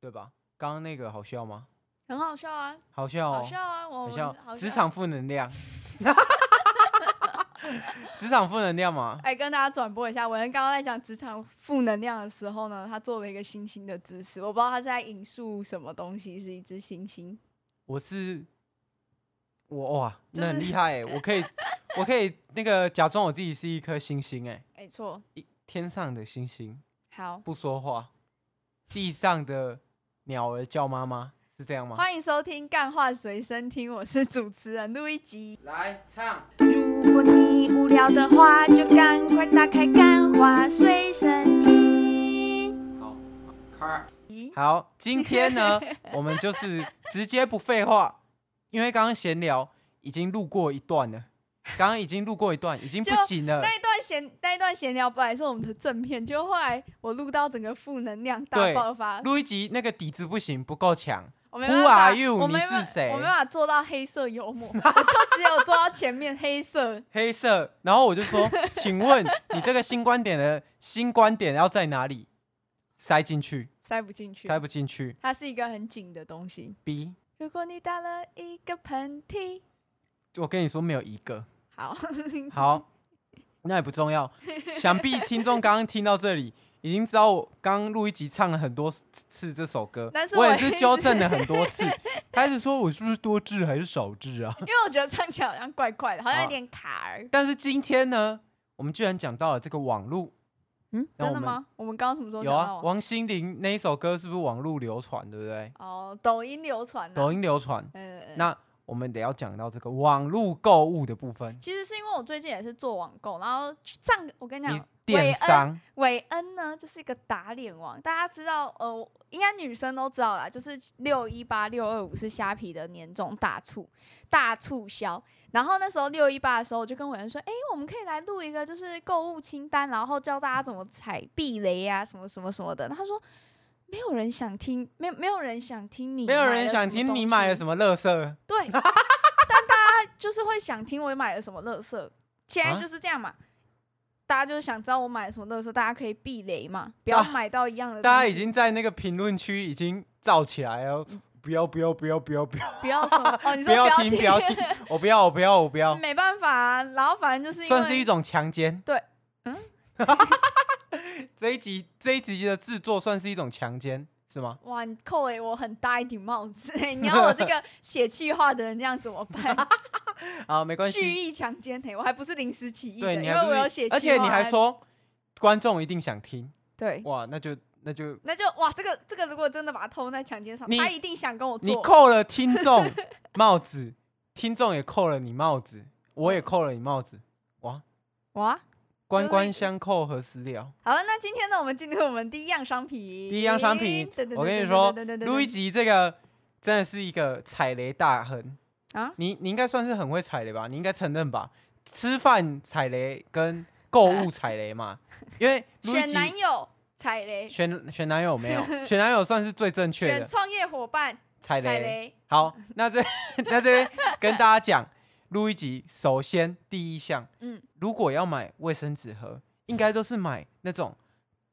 对吧？刚刚那个好笑吗？很好笑啊，好笑哦，好笑啊，我好们笑好职场负能量， 职场负能量嘛，哎，跟大家转播一下，文恩刚刚在讲职场负能量的时候呢，他做了一个星星的姿势，我不知道他是在引述什么东西，是一只星星。我是我哇，就那很是厉害哎，我 可以我可以那个假装我自己是一颗星星哎，没错，一天上的星星好，不说话，地上的鸟儿叫妈妈，是这样吗？欢迎收听《干话随身听》，我是主持人路一吉。来唱，如果你无聊的话，就赶快打开《干话随身听》。好，开。好，今天 呢，我们就是直接不废话，因为刚刚闲聊已经录过一段了，刚刚已经录过一段，已经不就行了。那一段闲那一段闲聊本来是我们的正片，就后来我录到整个负能量大对爆发，录一集那个底子不行，不够强。我没 Who 办法 are you？我你没办是谁我没办法做到黑色幽默，我就只有做到前面黑色。黑色，然后我就说， 请问你这个新观点的新观点要在哪里塞进去？塞不进去，塞不进去。它是一个很紧的东西。 B，如果你打了一个喷嚏，我跟你说没有一个好， 好，那也不重要。想必听众刚刚听到这里，已经知道我刚刚录一集唱了很多次这首歌，但是我我也一是直纠正了很多次。他一直说我是不是多智还是少智啊？因为我觉得唱起来好像怪怪的，好像好有点卡儿。但是今天呢，我们居然讲到了这个网络，嗯，那我真的们吗？我们刚刚什么时候有讲到啊，啊？王心凌那一首歌是不是网络流传，对不对？哦，抖音流传的。抖音流传，呃，那我们得要讲到这个网络购物的部分，其实是因为我最近也是做网购，然后上个我跟你你讲，电商韦恩呢就是一个打脸王，大家知道，呃，我应该女生都知道啦，就是六一八、六二五是虾皮的年终大促大促销。然后那时候六一八的时候，我就跟伟恩说，哎，我们可以来录一个就是购物清单，然后教大家怎么踩避雷呀、什么什么什么的。然后他说。没有人想听，没有没有人想听你，没有人想听你买了么什么乐色， 东西。对，但大家就是会想听我买了什么乐色。现在啊就是这样嘛，大家就是想知道我买了什么乐色，大家可以避雷嘛，不要大买到一样的呃东西。啊嗯大家已经在那个评论区已经造起来哦，不要不要不要不要 不要，不要说哦，你不说要听，听不要听，我不要我不要我不要， 没办法啊。然后反正就是因算是一为种强奸。 对，嗯，这一集这一集的制作算是一种强奸是吗？哇，你扣了我很大一顶帽子、 哎，你要我这个写气话的人这样怎么办？啊， 没关蓄系，意强奸嘿、我还不是临时起意的，对你因还为不我有是写气，话，而且你还说观众一定想听，对。哇，那就那就那就哇，这个这个如果真的把它偷在强奸上，你他一定想跟我你做。扣了听 众帽子，听众也扣了你帽子，我也扣了你帽子，哇，哇，官官相扣何时了？好了，那今天呢，我们进入我们第一样商品。第第一样商品，我跟你说，录一集这个真的是一个踩雷大亨啊你你应该算是很会踩雷吧？你应该承认吧？吃饭踩雷跟购物踩雷 嘛，因为录一选集男友踩雷，选选男友没有， 选男友算是最正确选的创业伙伴踩踩雷。雷。好，那这 那这边跟大家讲，录一集，首先第一项，嗯，如果要买卫生纸盒，应该都是买那种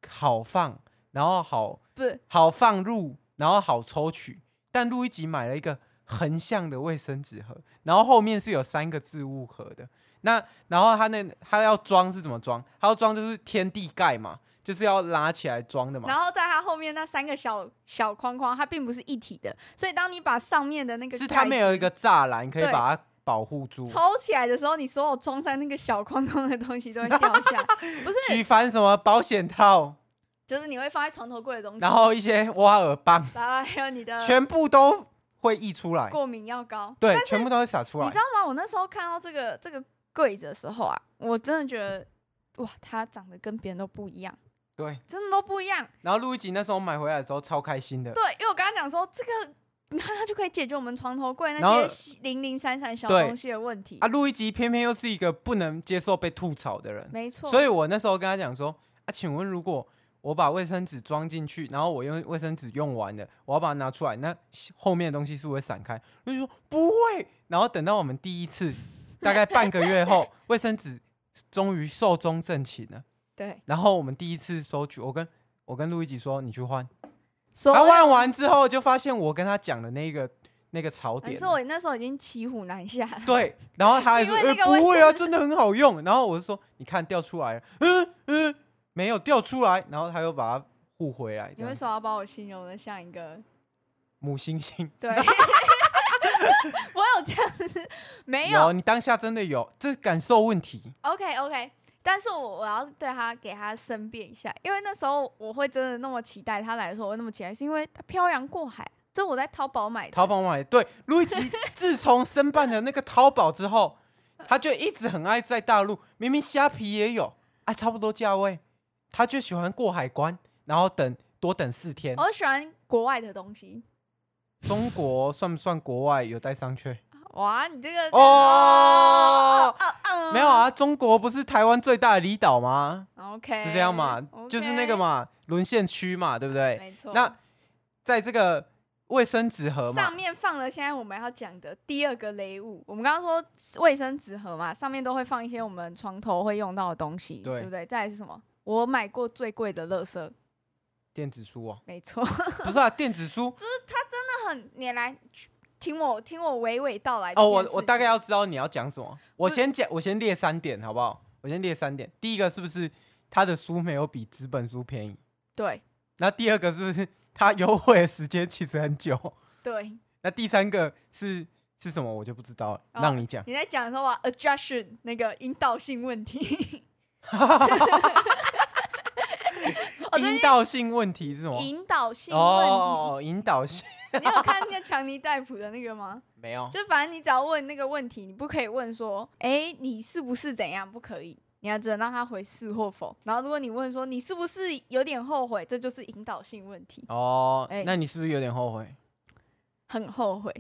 好放，然后好不是好放入，然后好抽取。但录一集买了一个横向的卫生纸盒，然后后面是有三个置物盒的。那然后它那它要装是怎么装？它要装就是天地盖嘛，就是要拉起来装的嘛。然后在它后面那三个小小框框，它并不是一体的，所以当你把上面的那个是盖它没有一个栅栏可以对把它保护住。抽起来的时候，你所有装在那个小框框的东西都会掉下 来，不是，举凡什么保险套，就是你会放在床头柜的东西，然后一些挖耳棒，然后还有你的全部都会溢出来，过敏药膏，对，全部都会洒出你来知。道吗？我那时候看到这个这个柜子的时候啊，我真的觉得哇，它长得跟别人都不一样，对，真的都不一样。然后录一集那时候买回来的时候超开心的，对，因为我刚刚讲说这个，你看它就可以解决我们床头柜然那后些零零散散小对东西的问题。啊，录一集偏偏又是一个不能接受被吐槽的人，没错，所以我那时候跟他讲说，啊，请问如果我把卫生纸装进去，然后我用卫生纸用完了，我要把它拿出来，那后面的东西是不是会散开？我就说不会。然后等到我们第一次，大概半个月后，卫生纸终于寿终正寝了。对，然后我们第一次收取，我跟我跟路易吉说，你去换，所他有问完之后就发现我跟他讲的那个那个槽可点是了，我那时候已经骑虎难下 了，对，然后他还因说、为呃那个卫不会啊，生真的很好用。然后我就说你看掉出来了，嗯嗯，没有掉出来，然后他又把它护回来，这你为样什么要把我形容的像一个母猩猩。 对？ 我有这样子，没有有，你当下真的有，这是感受问题。 OK OK，但是我我要对他给他申辩一下，因为那时候我会真的那么期待他来的时候，我会那么期待，是因为他漂洋过海，这我在淘宝买的。淘宝买对，路易吉自从申办了那个淘宝之后，他就一直很爱在大陆，明明虾皮也有啊，差不多价位，他就喜欢过海关，然后等多等四天。我喜欢国外的东西。中国算不算国外？有待商榷。哇，你这个哦，嗯没有啊，中国不是台湾最大的离岛吗？哎，OK，是这样嘛就是那个，嘛，沦陷区嘛，对不对？没错。那在这个卫生纸盒嘛上，面放了现在我们要讲的第二个雷物，我们刚刚说卫生纸盒嘛，上面都会放一些我们床头会用到的东西，对不对？再来是什么？我买过最贵的乐色，电子书哦，没错，不是啊，电子 书那很哦你来去听我听我娓娓道来这哦，我件事情。我大概要知道你要讲什么。我不先讲，我先列三点，好不好？我先列三点。第一个是不是他的书没有比纸本书便宜？对那第二个是不是他优惠的时间其实很久？ 对，那第三个是是什么？我就不知道了，哦让你讲。你在讲的时候啊，adjustment 那个引导性问题，我最近引导性问题是什么？哦引导性问题，哦，哦引导性你有看那个强尼戴普的那个吗？没有。就反正你只要问那个问题，你不可以问说，哎、你是不是怎样？不可以，你要只能让他回是或否。然后如果你问说你是不是有点后悔，这就是引导性问题，哦哎，那你是不是有点后悔？很 后悔。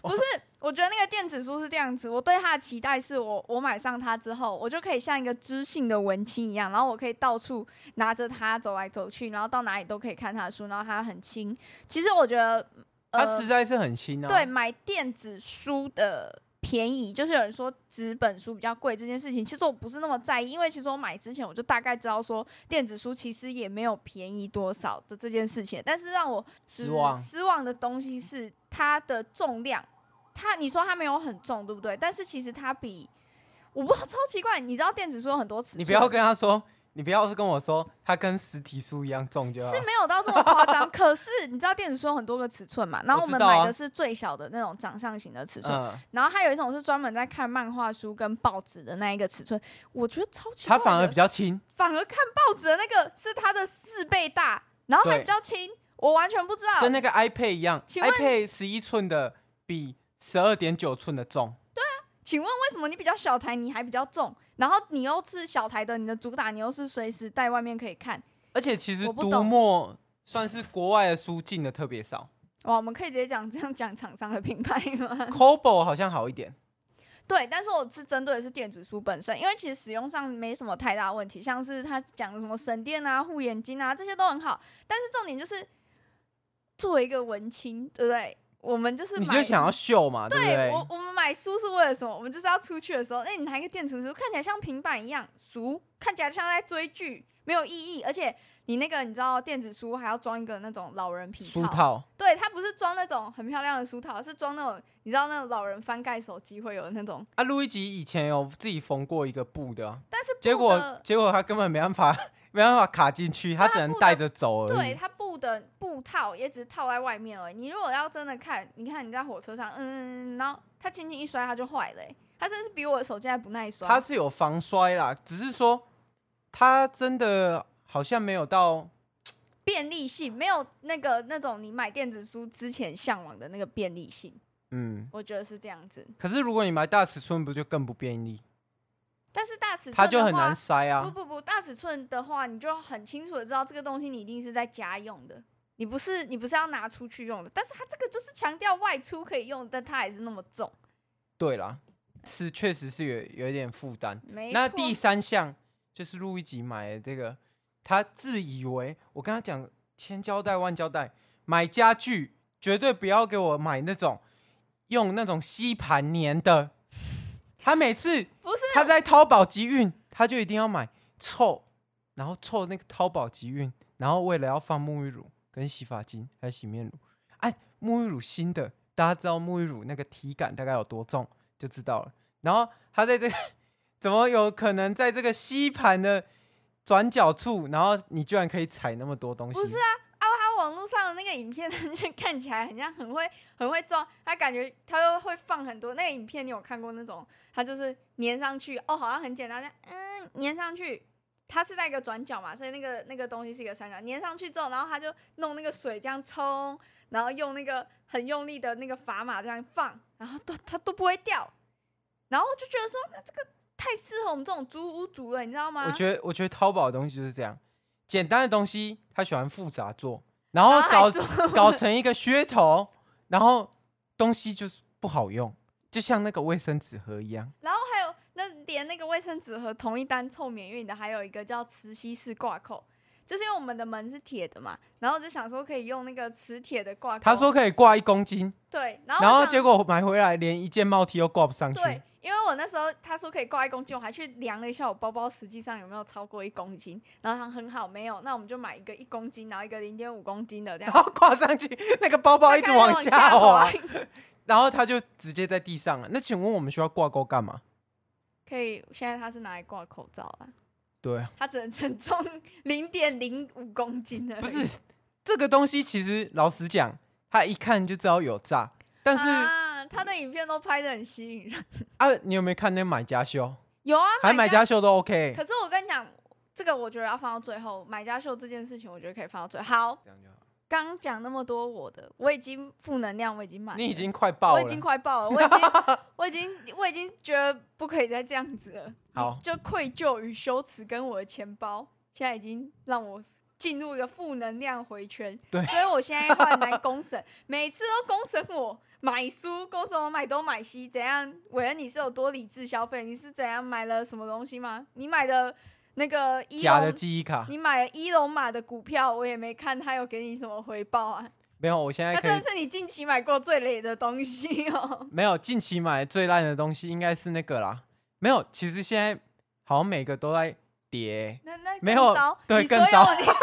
不是，我觉得那个电子书是这样子，我对它的期待是我我买上它之后，我就可以像一个知性的文青一样，然后我可以到处拿着它走来走去，然后到哪里都可以看它的书，然后它很轻。其实我觉得，呃、他实在是很新啊。对，，买电子书的便宜，就是有人说纸本书比较贵这件事情，其实我不是那么在意，因为其实我买之前我就大概知道说电子书其实也没有便宜多少的这件事情，但是让我失望失望的东西是它的重量，它你说它没有很重，对不对？但是其实它比我不知道超 奇怪，你知道电子书有很多尺寸，你不要跟他说，你不要是跟我说他跟实体书一样重就好是。没有到这么夸张，可是你知道电子书有很多个尺寸嘛，然后我我知们道买啊的是最小的那种掌上型的尺寸，嗯，然后还有一种是专门在看漫画书跟报纸的那一个尺寸，我觉得超奇怪他的。反而比较轻。反而看报纸的那个是它的四倍大，然后还对比较轻，我完全不知道。跟那个 iPad 一样请问，iPad 十一寸的比十二点九寸的重，请问为什么你比较小台你还比较重，然后你又是小台的，你的主打你又是随时在外面可以看？而且其实我不读懂墨算是国外的书进的特别少哇，我们可以直接讲这样讲厂商的品牌吗？ c o b o 好像好一点。 对，但是我是针对的是电子书本身，因为其实使用上没什么太大问题，像是他讲的什么省电啊、护眼睛啊，这些都很好。但是重点就是，作为一个文青，对不对？我们就是你买就想要秀嘛，对不对对？哎我我们买书是为了什么？我们就是要出去的时候，哎那你拿一个电子书，看起来像平板一样俗，看起来像在追剧，没有意义。而且你那个你知道电子书还要装一个那种老人皮书套对，它不是装那种很漂亮的书套，是装那种你知道那种老人翻盖手机会有的那种。啊，路易吉以前有自己缝过一个布的啊，但是结布果的结果他根本没办法 没办法卡进去，他只能带着走而对已。它布的布套也只是套在外面而已。你如果要真的看，你看你在火车上，嗯，然后它轻轻一摔，它就坏了、欸。它真的是比我的手机还不耐摔。他是有防摔啦，只是说他真的好像没有到便利性没有那个那种你买电子书之前向往的那个便利性，嗯。我觉得是这样子。可是如果你买大尺寸，不就更不便利？但是大尺寸的话，它就很难塞啊。不不不，大尺寸的话，你就很清楚的知道这个东西你一定是在家用的，你不是你不是要拿出去用的。但是它这个就是强调外出可以用，但它还是那么重，对啦，是确实是有有一点负担。没那错第三项就是路易吉买的这个，他自以为我跟他讲千交代万交代，买家具绝对不要给我买那种用那种吸盘粘的。他每次不是他在淘宝集运，他就一定要买臭，然后臭那个淘宝集运，然后为了要放沐浴乳跟洗发精还有洗面乳。哎、沐浴乳新的，大家知道沐浴乳那个体感大概有多重就知道了。然后它在这个 怎么有可能在这个吸盘的转角处，然后你居然可以踩那么多东西？不是啊，他网络上的那个影片， 他就看起来很像很会很会装，他感觉他都会放很多那个影片，你有看过那种？他就是粘上去，哦，好像很简单，这样嗯粘上去。它是在一个转角嘛，所以那个那个东西是一个三角，粘上去之后，然后他就弄那个水这样冲，然后用那个很用力的那个砝码这样放，然后都它都不会掉。然后我就觉得说，那这个太适合我们这种租屋族了，你知道吗？我觉得，我觉得淘宝的东西就是这样，简单的东西他喜欢复杂做，然后然搞后还做搞成一个噱头，然后东西就是不好用，就像那个卫生纸盒一样。然后还有那连那个卫生纸和同一单凑免运的，还有一个叫磁吸式挂扣，就是因为我们的门是铁的嘛，然后我就想说可以用那个磁铁的挂扣。他说可以挂一公斤，对，然后然我后想结果我买回来连一件帽 T 都挂不上去。对，因为我那时候他说可以挂一公斤，我还去量了一下我包包实际上有没有超过一公斤，然后他很好没有，那我们就买一个一公斤，然后一个零点五公斤的这然 样。后挂上去，那个包包一直往下滑，大概往下滑 然后他就直接在地上了。那请问我们需要挂钩干嘛？可以，现在他是拿来挂口罩啊，对啊，他只能称重 零点零五公斤的。不是这个东西，其实老实讲，他一看就知道有诈。但是啊啊，他的影片都拍的很吸引人。你有没有看那买家秀？有啊，还买家秀都 OK。可是我跟你讲，这个我觉得要放到最后，买家秀这件事情，我觉得可以放到最后。好，这样就好。刚刚讲那么多我的，我已经负能量，我已经满了，你已经快爆我了，已经快 爆了，我已经，我已经，我已经觉得不可以再这样子了。好就愧疚与羞耻跟我的钱包，现在已经让我进入一个负能量回圈。对所以我现在换来 公审，每次都公审我买书，公审我买东买西，怎样？伟恩，你是有多理智消费？你是怎样买了什么东西吗？你买的那个一假的龙，记忆卡你买了一龙马的股票，我也没看它有给你什么回报啊。没有，我现在那可真以的是你近期买过最累的东西哦。没有近期买最烂的东西应该是那个啦。没有，其实现在好像每个都在跌。那那没更有糟对你更所有糟你所有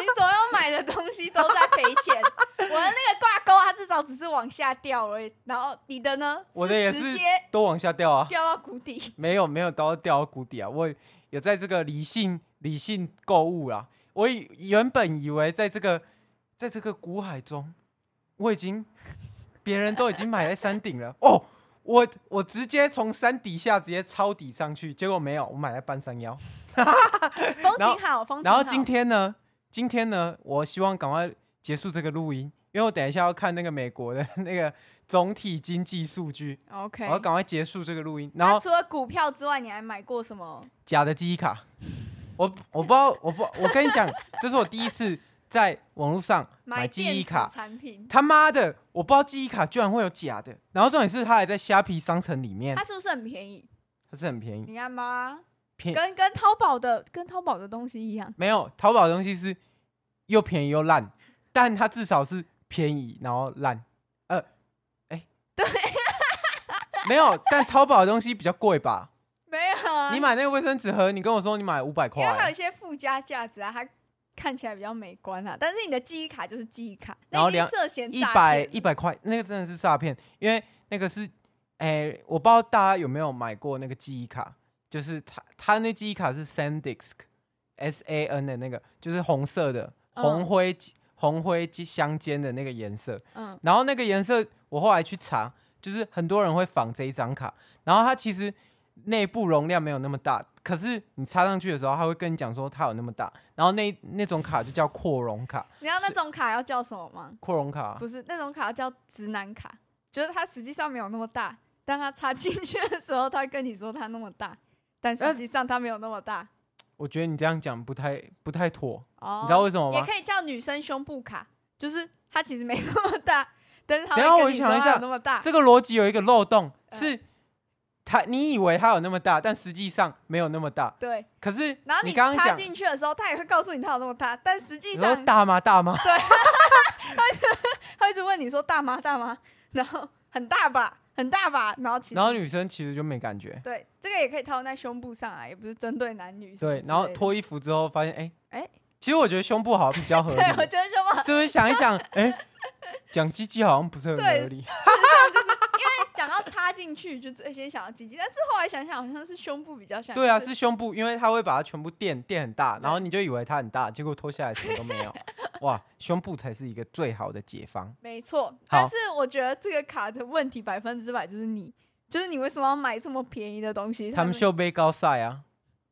你所有买的东西都在赔钱。我的那个挂钩，它至少只是往下掉而已。然后你的呢？我的也直是接都往下掉啊，掉到谷底。没有没有到掉到谷底啊！我有在这个理性理性购物啦。我以原本以为在这个在这个股海中，我已经别人都已经买在山顶了 哦，我我直接从山底下直接抄底上去，结果没有，我买在半山腰。风 然后景好，风景然后好。今天呢，今天呢，我希望赶快结束这个录音，因为我等一下要看那个美国的 那个总体经济数据，我 OK。要赶快结束这个录音。然那后除了股票之外，你还买过什么？假的记忆卡，我我不知道，我不，我跟你讲， 这是我第一次在网络上买记电忆子卡，产品，他妈的，我不知道记忆卡居然会有假的。然后重点是它还在虾皮商城里面它，是不是很便宜？它是很便宜，你看吗？便跟跟淘宝的跟淘宝的东西一样。没有淘宝的东西是又便宜又烂，但它至少是便宜然后烂，呃，哎、对，没有，但淘宝的东西比较贵 吧？没有啊，你买那个卫生纸盒，你跟我说你买五百因为它有块，一些附加价值啊，它看起来比较美观啊。但是你的记忆卡就是记忆卡，然后那已经两涉嫌一诈百骗一百块，那个真的是诈骗，因为那个是，哎、我不知道大家有没有买过那个记忆卡，就是它它那记忆卡是 SanDisk，S A N 的那个，就是红色的，红嗯灰、红灰相间的那个颜色。嗯，然后那个颜色，我后来去查，就是很多人会仿这一张卡，然后它其实内部容量没有那么大，可是你插上去的时候，它会跟你讲说它有那么大，然后那那种卡就叫扩容卡，你知道那是种卡要叫什么吗？扩容卡啊、不是，那种卡要叫直男卡，就是它实际上没有那么大，当它插进去的时候，它会跟你说它那么大，但实但际上它没有那么大。我觉得你这样讲不太不太妥，哦，你知道为什么也吗？可以叫女生胸部卡，就是它其实没那么大，但是它等一下会我跟你想说一它有下那么大。这个逻辑有一个漏洞，嗯是它你以为它有那么大，但实际上没有那么大，对，可是然后你刚刚插讲，进去的时候，它也会告诉你它有那么大，但实际你说上大吗大吗？他一直问你说大吗大吗，然后很大吧，很大吧，然后其实然后女生其实就没感觉，对这个也可以套用在胸部上啊，也不是针对男女什对么之，类的。然后脱衣服之后发现，哎、哎其实我觉得胸部好像比较合理 对，，我觉得胸部是不是想一想，哎、讲鸡鸡好像不是很对合理，讲到插进去就最先想到鸡鸡，但是后来想想好像是胸部比较像。对啊，就是胸部，因为它会把它全部垫垫很大，然后你就以为它很大，结果脱下来什么都没有。哇，胸部才是一个最好的解放。没错，但是我觉得这个卡的问题百分之百就是你，就是你为什么要买这么便宜的东西？他们秀杯高赛啊，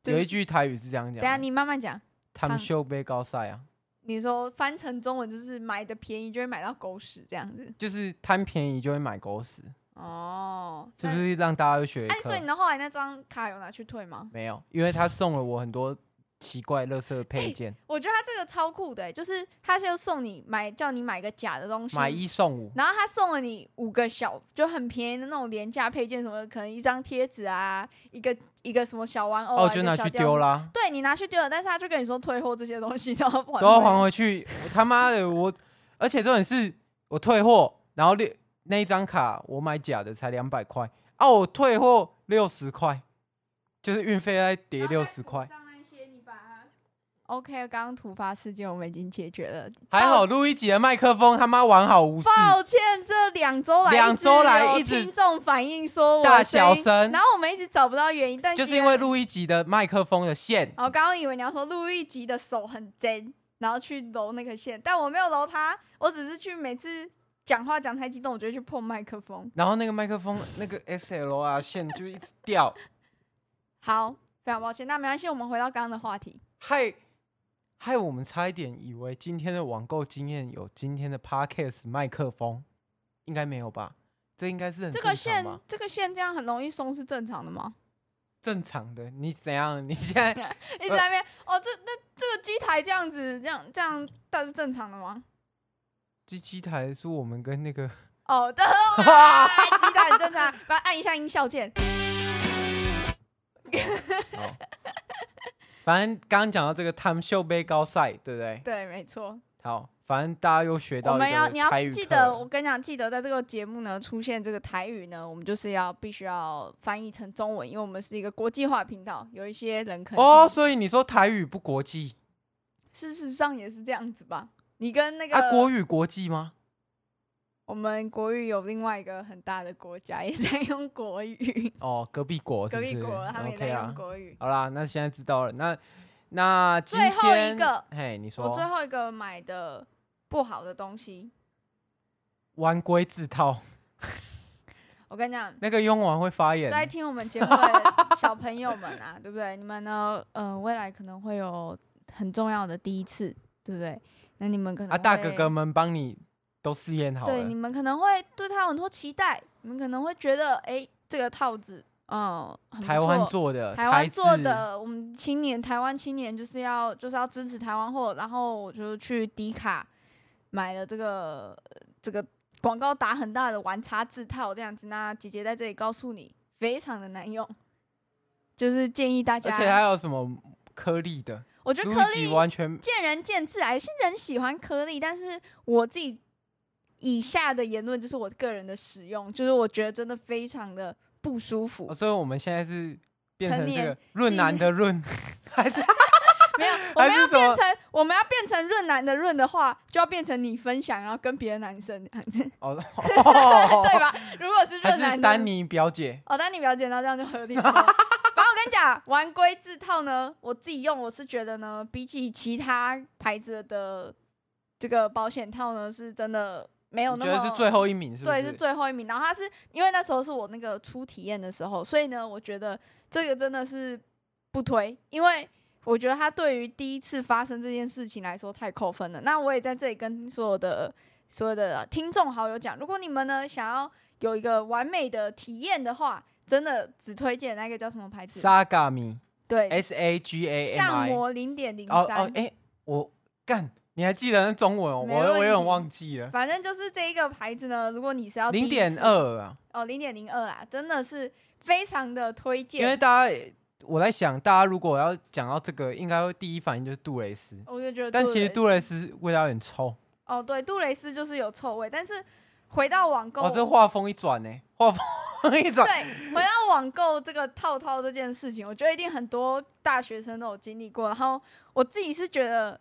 对有一句台语是这样等一下讲的，你慢慢讲，他们他们秀杯高赛啊，你说翻成中文就是买的便宜就会买到狗屎这样子就是贪便宜就会买狗屎，哦，是不是让大家都学一那？嗯哎，所以课你？的后来那张卡有拿去退吗？没有，因为他送了我很多奇怪垃圾配件，我觉得他这个超酷的、欸就是他就送你买叫你买个假的东西，买一送五，然后他送了你五个小，就很便宜的那种廉价配件，什么可能一张贴纸啊，一个一个什么小玩偶、啊，哦，就拿去丢了。啦，对你拿去丢了，但是他就跟你说退货这些东西，然后还都要回还回去。我他妈的，我而且重点是我退货，然后六那一张卡我买假的才两百块啊，我退货六十块，就是运费再你叠六十块。。 OK，刚刚突发事件我们已经解决了，还好录一集的麦克风他妈完好无事，抱歉，这两周来两周来有一直听众反映说我大的小音声然后我们一直找不到原因，但啊就是现因在为录一集的麦克风的线哦，刚刚以为你要说陆一吉的手很真，然后去揉那个线，但我没有揉它，我只是去每次讲话讲太激动，我就会去碰麦克风。然后那个麦克风那个 SLR 线就一直掉，好，非常抱歉，那没关系，我们回到刚刚的话题。害害我们差一点以为今天的网购经验有今天的 Podcast 麦克风，应该没有吧？这应该是很这个正线常吧？，这个线这样很容易松是正常的吗？正常的，你怎样？你 现在一直在那边、哦，这那这个机台这样子，这样这样，但是正常的吗？机机台是我们跟那 个 哦，的，啊机台很正常，把它按一下音效键。哦，反正刚刚讲到这个他们秀杯高赛，对不对？对，没错。好，反正大家又学到我一们要个你要台语记课得，了我跟你讲，记得在这个节目呢出现这个台语呢，我们就是要必须要翻译成中文，因为我们是一个国际化频道，有一些人可能哦，听所以你说台语不国际事实上也是这样子吧。你跟那个、啊？国语国际吗？我们国语有另外一个很大的国家也在用国语， 哦，隔壁国是隔不壁是国他们也在 OK 啊用。国语。好啦，那现在知道了。那那今最天后一个，嘿，你我最说后一个买的不好的东西，玩龟自套，我跟你讲，那个用完会发炎。在听我们节目的小朋友们啊，对不对？你们呢？呃，未来可能会有很重要的第一次，对不对？那你们可能啊，大哥会哥，们帮你都试验好对了你。们可能会对他有很多期待，你们可能会觉得，哎，这个套子，嗯，很不台湾错做的，台湾做制，的，我们青年台湾青年就是要就是要支持台湾货，然后我就去迪卡买了这个这个广告打很大的玩叉字套这样子。那姐姐在这里告诉你，非常的难用，就是建议大而且还家，有什么颗粒的，我觉得路颗易吉粒完全见仁见智啊，有些人喜欢颗粒，但是我自己以下的言论就是我个人的使用，就是我觉得真的非常的不舒服哦。所以我们现在是变成成这年个润是男的润， 还 是 没有，我还们是要什么变成我们要变成润男的润的话，就要变成你分享，然后跟别的男 生这样子，哦，对对？吧？如果是哦还润男是的丹尼表姐？哦，丹尼表姐，那这样就合理了。反正我跟你讲，玩龟字套呢，我自己用，我是觉得呢，比起其他牌子的这个保险套呢，是真的没有你那觉么得是最后一名是不对，是最后一名。然后他是因为那时候是我那个初体验的时候，所以呢，我觉得这个真的是不推，因为我觉得他对于第一次发生这件事情来说太扣分了。那我也在这里跟所有的所有的听众好友讲，如果你们呢想要有一个完美的体验的话，真的只推荐那个叫什么牌子？ Sagami 对， S A G A M 相 I。模零点零哦哦三，。哎，我干，你还记得那中文哦？没我我有问点题忘记了，反正就是这一个牌子呢，如果你是要第一零点次二啊，哦，零点零二啊，真的是非常的推荐，因为大家我在想，大家如果要讲到这个，应该会第一反应就是杜蕾斯，我就觉得，但其实杜蕾斯味道有点臭。哦，对，杜蕾斯就是有臭味，但是回到网购，哦，这画风一转呢，画风一转，对，回到网购这个套套这件事情，我觉得一定很多大学生都有经历过。然后我自己是觉得，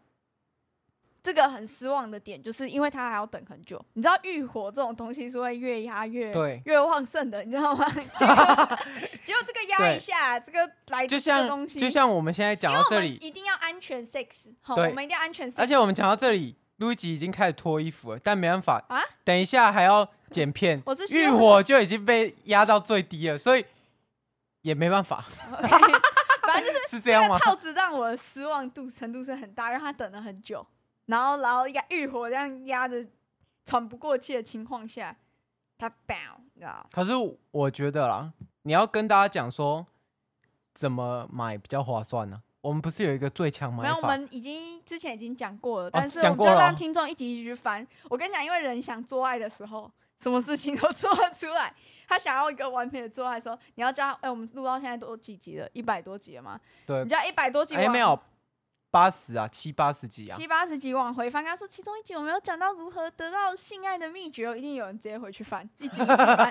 这个很失望的点，就是因为它还要等很久。你知道浴火这种东西是会越压越对越旺盛的，你知道吗？ 结果结果这个压一对下，这个来就这个像东西，就像我们现在讲因到为我这们里，一定要安全 sex，好，对我们一定要安全 sex，而且我们讲到这里，路易吉已经开始脱衣服了，但没办法啊，等一下还要剪片 我是希浴望火就已经被压到最低了，所以也没办法， OK 反正就是 是这这样个吗？套子让我的失望度程度是很大，让他等了很久，然后然后压浴火这样压的喘不过气的情况下，他 bang，你知道可是我觉得啦，你要跟大家讲说怎么买比较划算呢、我们不是有一个最强没买有，我法？们已经之前已经讲过了，但是我讲们就过了让哦听众一集一集去翻。我跟你讲，因为人想做爱的时候，什么事情都做得出来。他想要一个完美的做爱的时候，你要叫他，哎、我们录到现在多几集了？一百多集了吗？对你，知道一百多集？哎、没有，八十啊，七八十几啊，七八十集往回翻，刚说其中一集我们有讲到如何得到性爱的秘诀，一定有人直接回 去翻一集一集翻。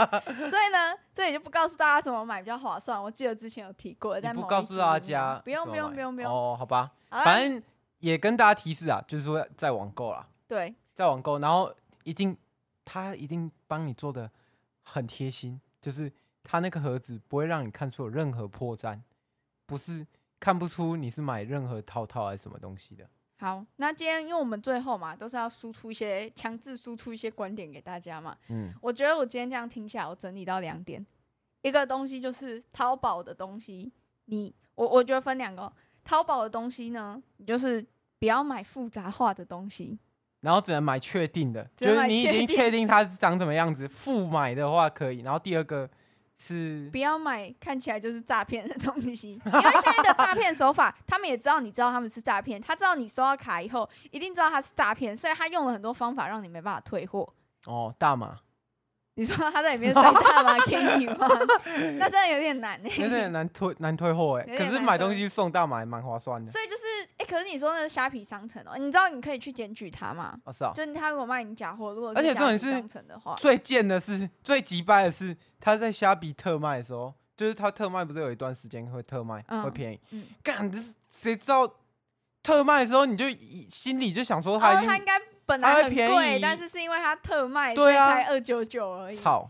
所以呢，这里就不告诉大家怎么买比较划算。我记得之前有提过，你但不告诉大家，不用怎么不用买不用不啊用。哦，好吧，好啦反正也跟大家提示啊，就是说在网购啦，对，在网购，然后一定他一定帮你做的很贴心，就是他那个盒子不会让你看出有任何破绽，不是看不出你是买任何套套还是什么东西的。好，那今天因为我们最后嘛，都是要输出一些强制输出一些观点给大家嘛。嗯，我觉得我今天这样听下来，我整理到两点，一个东西就是淘宝的东西，你我我觉得分两个哦，淘宝的东西呢，你就是不要买复杂化的东西，然后只能买确定的，只就能是买你已确经定确定它是长什么样子，复买的话可以。然后第二个是不要买看起来就是诈骗的东西，因为现在的诈骗手法，他们也知道你知道他们是诈骗，他知道你收到卡以后一定知道他是诈骗，所以他用了很多方法让你没办法退货。哦大码，你说他在里面塞大麻给你吗？ 那真的有点难呢、欸那真的很难推难退货哎、有可点是难买推东西送大码也蛮划算的。所以就是，哎、可是你说那个虾皮商城哦、你知道你可以去检举他吗？哦，是啊。就是他如果卖你假货，如果而且重虾点皮是商城的话，最贱的是，最急掰的是，他在虾比特卖的时候，就是他特卖不是有一段时间会特卖、嗯会便宜嗯，干、这是谁知道特卖的时候你就以心里就想说然他后已哦他应经该本它来会很便贵，宜但是是因为他特卖，对啊所以才二九九而已。炒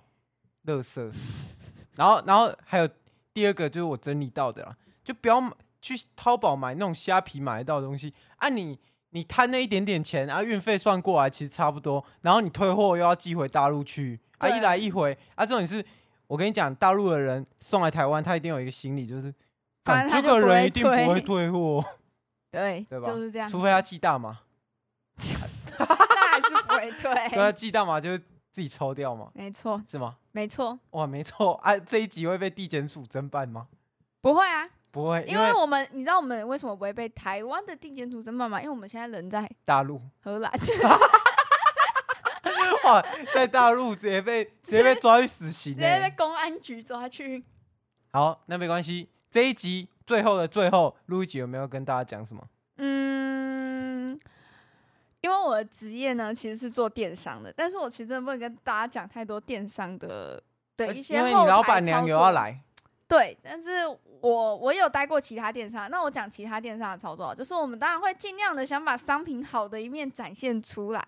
乐色， 然后然后还有第二个就是我整理到的啦，就不要买去淘宝买那种虾皮买得到的东西啊你。你贪那一点点钱，然后运费算过来其实差不多，然后你退货又要寄回大陆去，啊，对一来一回，啊，重点是我跟你讲，大陆的人送来台湾，他一定有一个心理，就是，反干正他这就不个会人一定不退会退货，对，对吧就是这样。除非他寄大麻， 那还是不会退。对啊，寄大麻就是自己抽掉嘛，没错，是吗？没错，哇，没错，啊，这一集会被地检署侦办吗？不会啊，不会，因为我们你知道我们为什么不会被台湾的地检署侦办吗？因为我们现在人在大陆，荷 兰。 哇，在大陆直接被直接被抓去死刑直呢、接被公安局抓去。好，那没关系，这一集最后的最后，录一集有没有跟大家讲什么？嗯，因为我的职业呢其实是做电商的，但是我其实真的不能跟大家讲太多电商的的而一些呃因为后你老台板娘操有作要，来，对，但是我我有待过其他电商，那我讲其他电商的操作，就是我们当然会尽量的想把商品好的一面展现出来。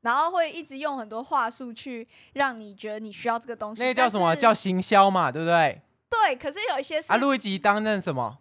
然后会一直用很多话术去让你觉得你需要这个东西，那个叫但什么是叫行销嘛，对不对？对。可是有一些是啊，录一集担任什么？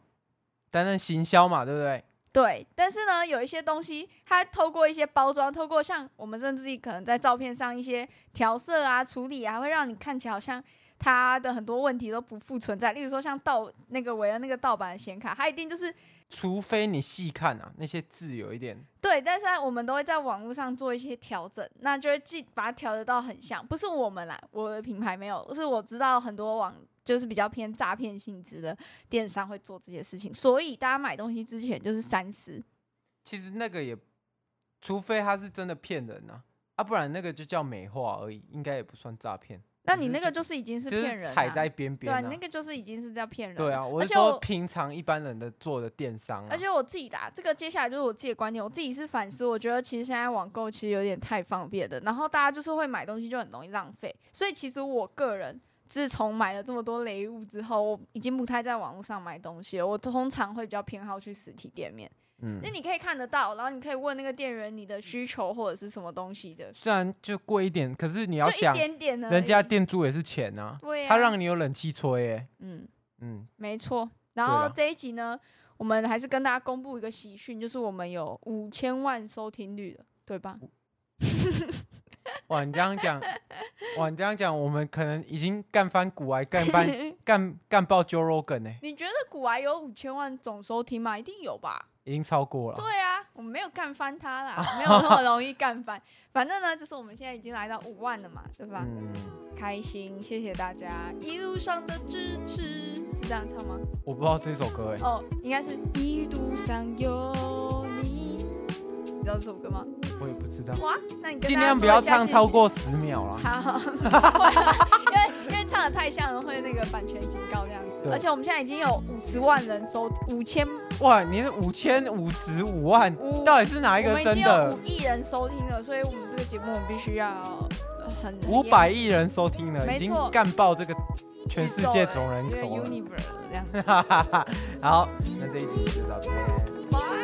担任行销嘛，对不对？对，但是呢，有一些东西，它透过一些包装，透过像我们甚至可能在照片上一些调色啊、处理啊，会让你看起来好像它的很多问题都不复存在。例如说像盗那个韦恩那个盗版的显卡，它一定就是除非你细看啊，那些字有一点，对，但是我们都会在网络上做一些调整，那就会记把它调得到很像。不是我们啦，我的品牌没有，是我知道很多网就是比较偏诈骗性质的电商会做这些事情，所以大家买东西之前就是三思。其实那个也，除非他是真的骗人呐、啊，不然那个就叫美化而已，应该也不算诈骗，那只你是那个就就是已经是就骗是人、啊，踩在边对边、啊，啊。你那个就是已经是在骗人。对啊，我而是且说我平常一般人的做的电商、啊，而且我自己打、这个，接下来就是我自己的观点，我自己是反思，我觉得其实现在网购其实有点太方便了，然后大家就是会买东西就很容易浪费，所以其实我个人。自从买了这么多雷物之后，我已经不太在网络上买东西了。我通常会比较偏好去实体店面，嗯那，你可以看得到，然后你可以问那个店员你的需求或者是什么东西的，虽然就贵一点，可是你要就一想，点点的。人家店租也是钱啊，对呀、他让你有冷气吹耶、嗯，嗯，没错。然对啊后啦这一集呢，我们还是跟大家公布一个喜讯，就是我们有五千万收听率了，对吧？哇，你这样 讲，哇，你这样讲，我们可能已经干翻古癌，干 翻干干爆 Joe Rogan 欸呢、你觉得古玩有五千万总收听吗？一定有吧？已经超过了。对啊，我们没有干翻 它啦，没有那么容易干翻。反正呢，就是我们现在已经来到五万了嘛，对吧？嗯，开心，谢谢大家一路上的支持，是这样唱吗？我不知道这首歌哎、哦，应该是一路上有你，你知道这首歌吗？我也不知道，哇，那你跟尽大家量不说一要下唱谢超谢过十秒啦。 好，因为因为唱的太像了，会那个版权警告这样子。对而且我们现在已经有五十万人收，五千哇，你是五千五十五万，五，到底是哪一我个们已真经有的五？亿人收听了，所以我们这个节目我们必须要呃很五百亿人收听了，没已经错干爆这个全世界总人这个口了。 universe 这样子。哈哈哈，好，那这一集就到这边。拜。